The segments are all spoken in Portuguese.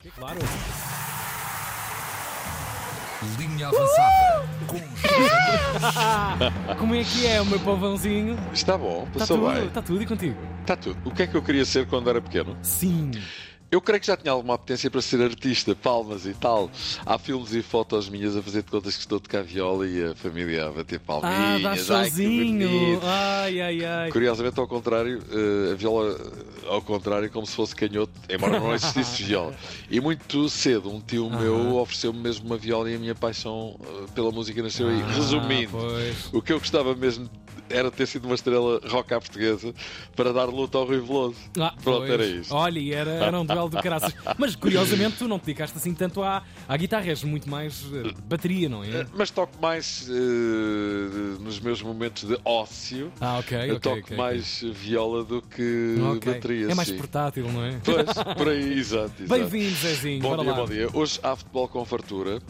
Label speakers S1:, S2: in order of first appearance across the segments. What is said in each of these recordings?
S1: Tipo, Claro.
S2: Linha avançada. Com
S1: Como é que é, o meu povãozinho?
S3: Está bom,
S1: Está
S3: passou
S1: tudo,
S3: bem.
S1: está tudo e contigo?
S3: Está tudo. O que é que eu queria ser quando era pequeno?
S1: Sim.
S3: Eu creio que já tinha alguma apetência para ser artista, palmas e tal. Há filmes e fotos minhas a fazer de contas que estou de caviola e a família a bater
S1: Ah, dá
S3: palminhas. Ai, que
S1: sozinho.
S3: bonito.
S1: Ai, ai, ai.
S3: Curiosamente, ao contrário, eh, a viola, eh, ao contrário, como se fosse canhoto, embora não existisse viola. E muito cedo, um tio meu ofereceu-me mesmo uma viola e a minha paixão eh, pela música nasceu aí.
S1: Ah,
S3: Resumindo,
S1: pois.
S3: o que eu gostava mesmo era ter sido uma estrela rock à portuguesa para dar luta ao Rui Veloso.
S1: Ah,
S3: Pronto,
S1: pois.
S3: era isto.
S1: Olha, e era, era um duelo do caraças. Mas curiosamente, tu não te dedicaste assim tanto à, à guitarra, és muito mais eh, bateria, não é?
S3: Mas toco mais eh, nos meus momentos de ócio.
S1: Ah, ok,
S3: eu
S1: ok,
S3: toco
S1: ok.
S3: mais viola do que
S1: Ok.
S3: bateria.
S1: É mais
S3: sim.
S1: portátil, não é?
S3: Pois, por aí, exato. exato.
S1: Bem-vindo, Zezinho.
S3: Bom
S1: Bora
S3: dia,
S1: lá.
S3: bom dia. Hoje há futebol com fartura.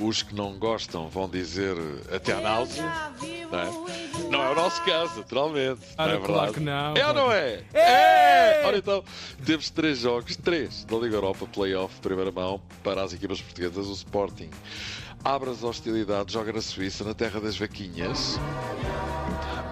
S3: Os que não gostam vão dizer até à náusea. Não é, Não é o nosso caso, naturalmente.
S1: Ah,
S3: não é
S1: claro
S3: verdade?
S1: que não.
S3: É ou não é?
S1: É!
S3: Ora então, temos três jogos, três da Liga Europa Playoff, primeira mão, para as equipas portuguesas, o Sporting. Abre as hostilidades, joga na Suíça, na terra das vaquinhas,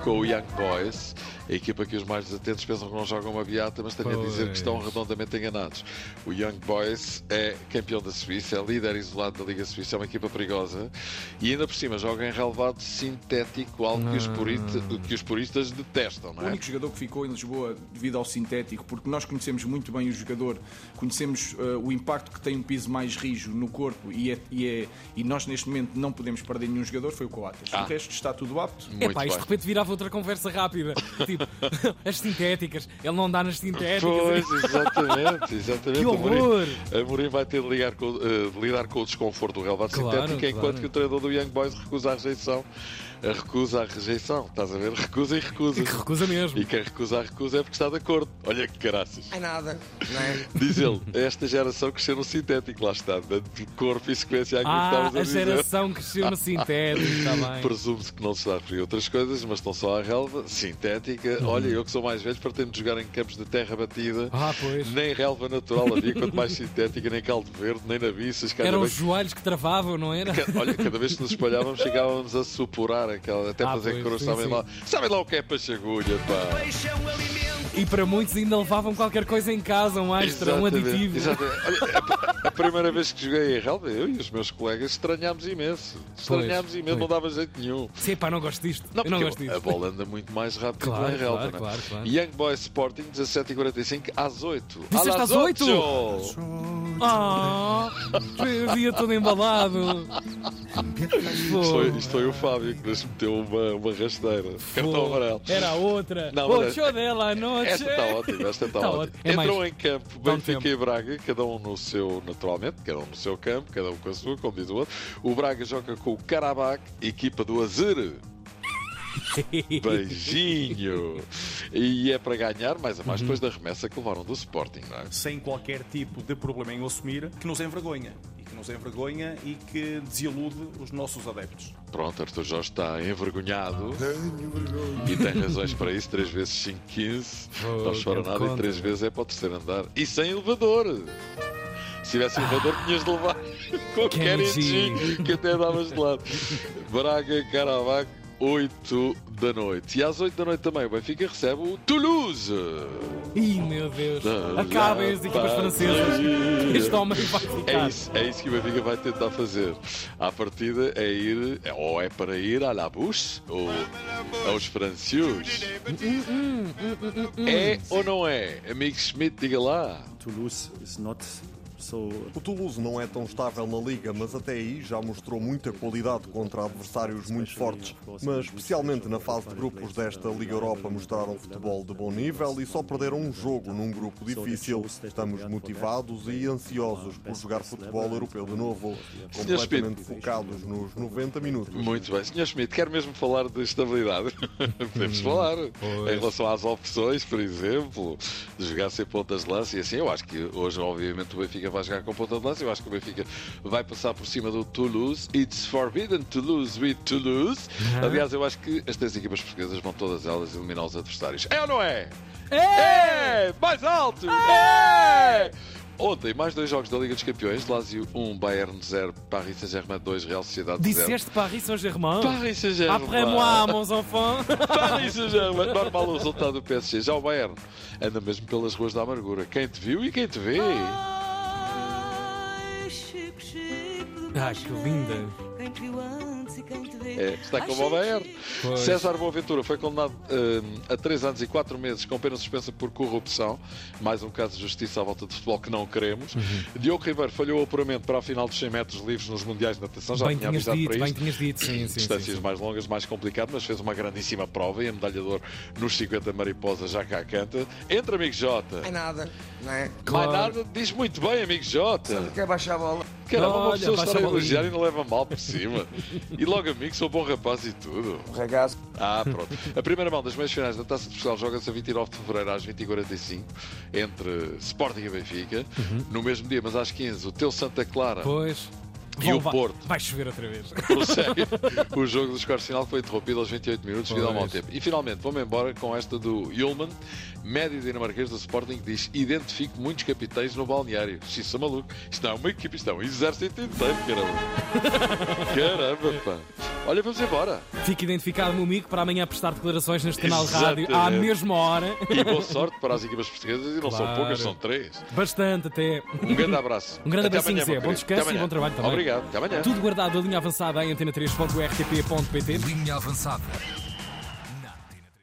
S3: com o Young Boys, a equipa que os mais desatentos pensam que não jogam uma beata, mas tenho a dizer que estão
S1: Pois.
S3: redondamente enganados. O Young Boys é campeão da Suíça, é líder isolado da Liga Suíça, é uma equipa perigosa e ainda por cima joga em relevado sintético, algo que os, purita- que os puristas detestam,
S4: O
S3: não é?
S4: único jogador que ficou em Lisboa devido ao sintético, porque nós conhecemos muito bem o jogador, conhecemos eh, o impacto que tem um piso mais rijo no corpo e, é, e, é- e nós neste momento não podemos perder nenhum jogador, foi o Coates.
S3: Ah.
S4: O resto está tudo apto.
S3: Muito
S1: Epá, isto de
S3: bem.
S1: repente virava outra conversa rápida. Tipo, as sintéticas, ele não dá nas sintéticas.
S3: Pois, exatamente, exatamente.
S1: Que horror!
S3: Amorim, Amorim vai ter de, ligar com, eh, de lidar com o desconforto do relevado
S1: Claro,
S3: sintético,
S1: claro.
S3: enquanto que o treinador do Young Boys recusa a rejeição. Eh, Recusa a rejeição, estás a ver? Recusa e recusa.
S1: E é que recusa mesmo.
S3: E quem recusa a recusa é porque está de acordo. Olha que graças.
S5: É nada, não é?
S3: Diz ele, esta geração cresceu no sintético, lá está, de corpo e sequência àquilo que
S1: Ah,
S3: estávamos a
S1: a
S3: dizer.
S1: geração cresceu no sintético, está bem.
S3: Presume-se que não se está a referir a outras coisas, mas estão só à relva, sintética.
S1: Uhum.
S3: Olha, eu que sou mais velho, pretendo jogar em campos de terra batida.
S1: Ah, pois.
S3: Nem relva natural havia, quanto mais sintética, nem caldo verde, nem naviças. Cada
S1: Eram os
S3: vez,
S1: joelhos que travavam, não era?
S3: ca- olha, cada vez que nos espalhávamos, chegávamos a supurar aquela, até
S1: Ah,
S3: fazer
S1: pois,
S3: cruz.
S1: sim,
S3: Sabem
S1: sim.
S3: lá, sabem lá o que é pachagulha, pá.
S5: é um
S1: E para muitos ainda levavam qualquer coisa em casa, um extra, um
S3: Exatamente,
S1: aditivo.
S3: exatamente. Olha, a- a, primeira vez que joguei em relva, eu e os meus colegas estranhámos imenso. Estranhámos imenso,
S1: pois.
S3: não dava jeito nenhum.
S1: Sim, pá, não gosto disto. eu não
S3: porque é
S1: gosto disto.
S3: a bola anda muito mais rápido
S1: Claro,
S3: que lá em relva.
S1: claro,
S3: não é?
S1: claro, claro.
S3: Young Boy Sporting, 17h45, às 8
S1: Disseste às oito? Oh, dia todo embalado.
S3: Isto foi,
S1: Pô,
S3: isto foi o Fábio que nos meteu uma, uma rasteira. Cartão
S1: pô,
S3: amarelo.
S1: Era a outra.
S3: Não,
S1: o
S3: mas-
S1: show dela à noite.
S3: Esta está ótima, É, esta está
S1: Tá
S3: ótima.
S1: ótimo. É
S3: Entram
S1: mais-
S3: em campo
S1: Dá um
S3: Benfica
S1: tempo.
S3: e Braga, cada um no seu, naturalmente, cada um no seu campo, cada um com a sua, como diz o outro. O Braga joga com o Karabakh, equipa do Azir. Beijinho! E é para ganhar, mais a
S1: Uhum.
S3: mais, depois da remessa que levaram do Sporting, não é?
S6: sem qualquer tipo de problema em o assumir, que nos envergonha. E que nos envergonha e que desilude os nossos adeptos.
S3: Pronto, Arthur Jorge está envergonhado. E tem razões para isso. 3 vezes 5, 15.
S1: Oh,
S3: não chora
S1: grande
S3: nada.
S1: conta.
S3: E 3 vezes é para o terceiro andar. E sem elevador. Se tivesse elevador,
S1: Ah.
S3: tinhas de levar qualquer
S1: Kenji.
S3: engenho que até davas de lado. Braga, Caravac, 8 da noite. E às 8 da noite também o Benfica recebe o Toulouse.
S1: Ih, meu Deus. Acabem as equipas francesas. Este homem vai
S3: É
S1: ficar.
S3: isso, é isso que o Benfica vai tentar fazer. À partida é ir, é- ou é para ir à La Bouche, ou aos francios. É ou não é? Amigo Schmidt, diga lá.
S7: Toulouse is not so... O Toulouse não é tão estável na liga, mas até aí já mostrou muita qualidade contra adversários muito fortes. Mas especialmente na fase de grupos desta Liga Europa mostraram futebol de bom nível e só perderam um jogo num grupo difícil. Estamos motivados e ansiosos por jogar futebol europeu de novo, completamente focados nos 90 minutos.
S3: Muito bem. Senhor Schmidt, quero mesmo falar de estabilidade. Podemos falar. Em relação às opções, por exemplo, de jogar sem pontas de lance e assim, eu acho que hoje, obviamente, o Benfica vai jogar com ponta de lance. Eu acho que o Benfica vai passar por cima do Toulouse. It's forbidden to lose with Toulouse. Aliás, eu acho que as três equipas portuguesas vão todas elas eliminar os adversários. É ou não é? É! Mais alto! É! Ontem, mais dois jogos da Liga dos Campeões: Lazio 1, Bayern 0, Paris Saint-Germain 2, Real Sociedade 0.
S1: Disseste Paris Saint-Germain?
S3: Paris Saint-Germain.
S1: Après moi, meus enfants.
S3: Paris Saint-Germain. Normal o resultado do PSG. Já o Bayern anda mesmo pelas ruas da amargura. Quem te viu e quem te vê.
S5: Ai, Chico, Chico do
S1: Ah, que
S5: Paixão,
S1: linda.
S5: Quem te viu antes e quem te vê.
S3: É, está com
S5: Ai,
S3: o Bayern.
S5: Chico, Chico.
S1: Pois.
S3: César Boaventura foi condenado hum, a 3 anos e 4 meses com pena suspensa por corrupção. Mais um caso de justiça à volta de futebol que não queremos.
S1: Uhum.
S3: Diogo Ribeiro falhou o apuramento para a final dos 100 metros livres nos Mundiais de Natação. Já
S1: bem
S3: tinha
S1: tinhas
S3: avisado
S1: dito,
S3: para
S1: bem
S3: isto.
S1: tinhas dito. Sim, sim, sim,
S3: Distâncias
S1: sim.
S3: mais longas, mais complicado, mas fez uma grandíssima prova e a medalha de ouro nos 50 mariposa já cá canta. Entre amigo Jota.
S8: é nada, não é?
S1: Claro.
S3: Mais nada, diz muito bem, amigo Jota.
S8: Quer baixar a bola?
S3: Caramba, uma
S1: Olha,
S3: pessoa
S1: baixa
S3: estar a
S1: a bolinha.
S3: elogiar e não leva mal por cima. e logo amigo, sou bom rapaz e tudo.
S8: O Um regaço.
S3: Ah, pronto. A primeira mão das meias finais da Taça de Portugal joga-se a 29 de Fevereiro às 20h45 entre Sporting e Benfica.
S1: Uhum.
S3: No mesmo dia, mas às 15 o teu Santa Clara
S1: Pois.
S3: E
S1: Bom,
S3: o
S1: vai-
S3: Porto?
S1: Vai chover outra vez.
S3: prossegue. o jogo dos quartos de final que foi interrompido aos 28 minutos devido ao mau
S1: Pois.
S3: tempo. E finalmente, vamos embora com esta do Yulman, médio dinamarquês do Sporting, que diz identifico muitos capitães no balneário. Xissa maluco. Isto não é uma equipe, isto é um exército inteiro, caramba. caramba, pá. Olha, vamos embora.
S1: Fica identificado, meu amigo, para amanhã prestar declarações neste canal de rádio à
S3: Exatamente.
S1: mesma hora.
S3: E boa sorte para as equipas portuguesas, e não são
S1: Claro.
S3: poucas, são três.
S1: Bastante até.
S3: Um grande abraço.
S1: Um grande
S3: Até
S1: abracinho,
S3: amanhã,
S1: Zé.
S3: meu
S1: Bom
S3: querido. Até
S1: descanso e
S3: amanhã.
S1: bom trabalho também.
S3: Obrigado. Até amanhã.
S1: Tudo guardado a linha avançada em antena3.rtp.pt.
S2: Linha avançada.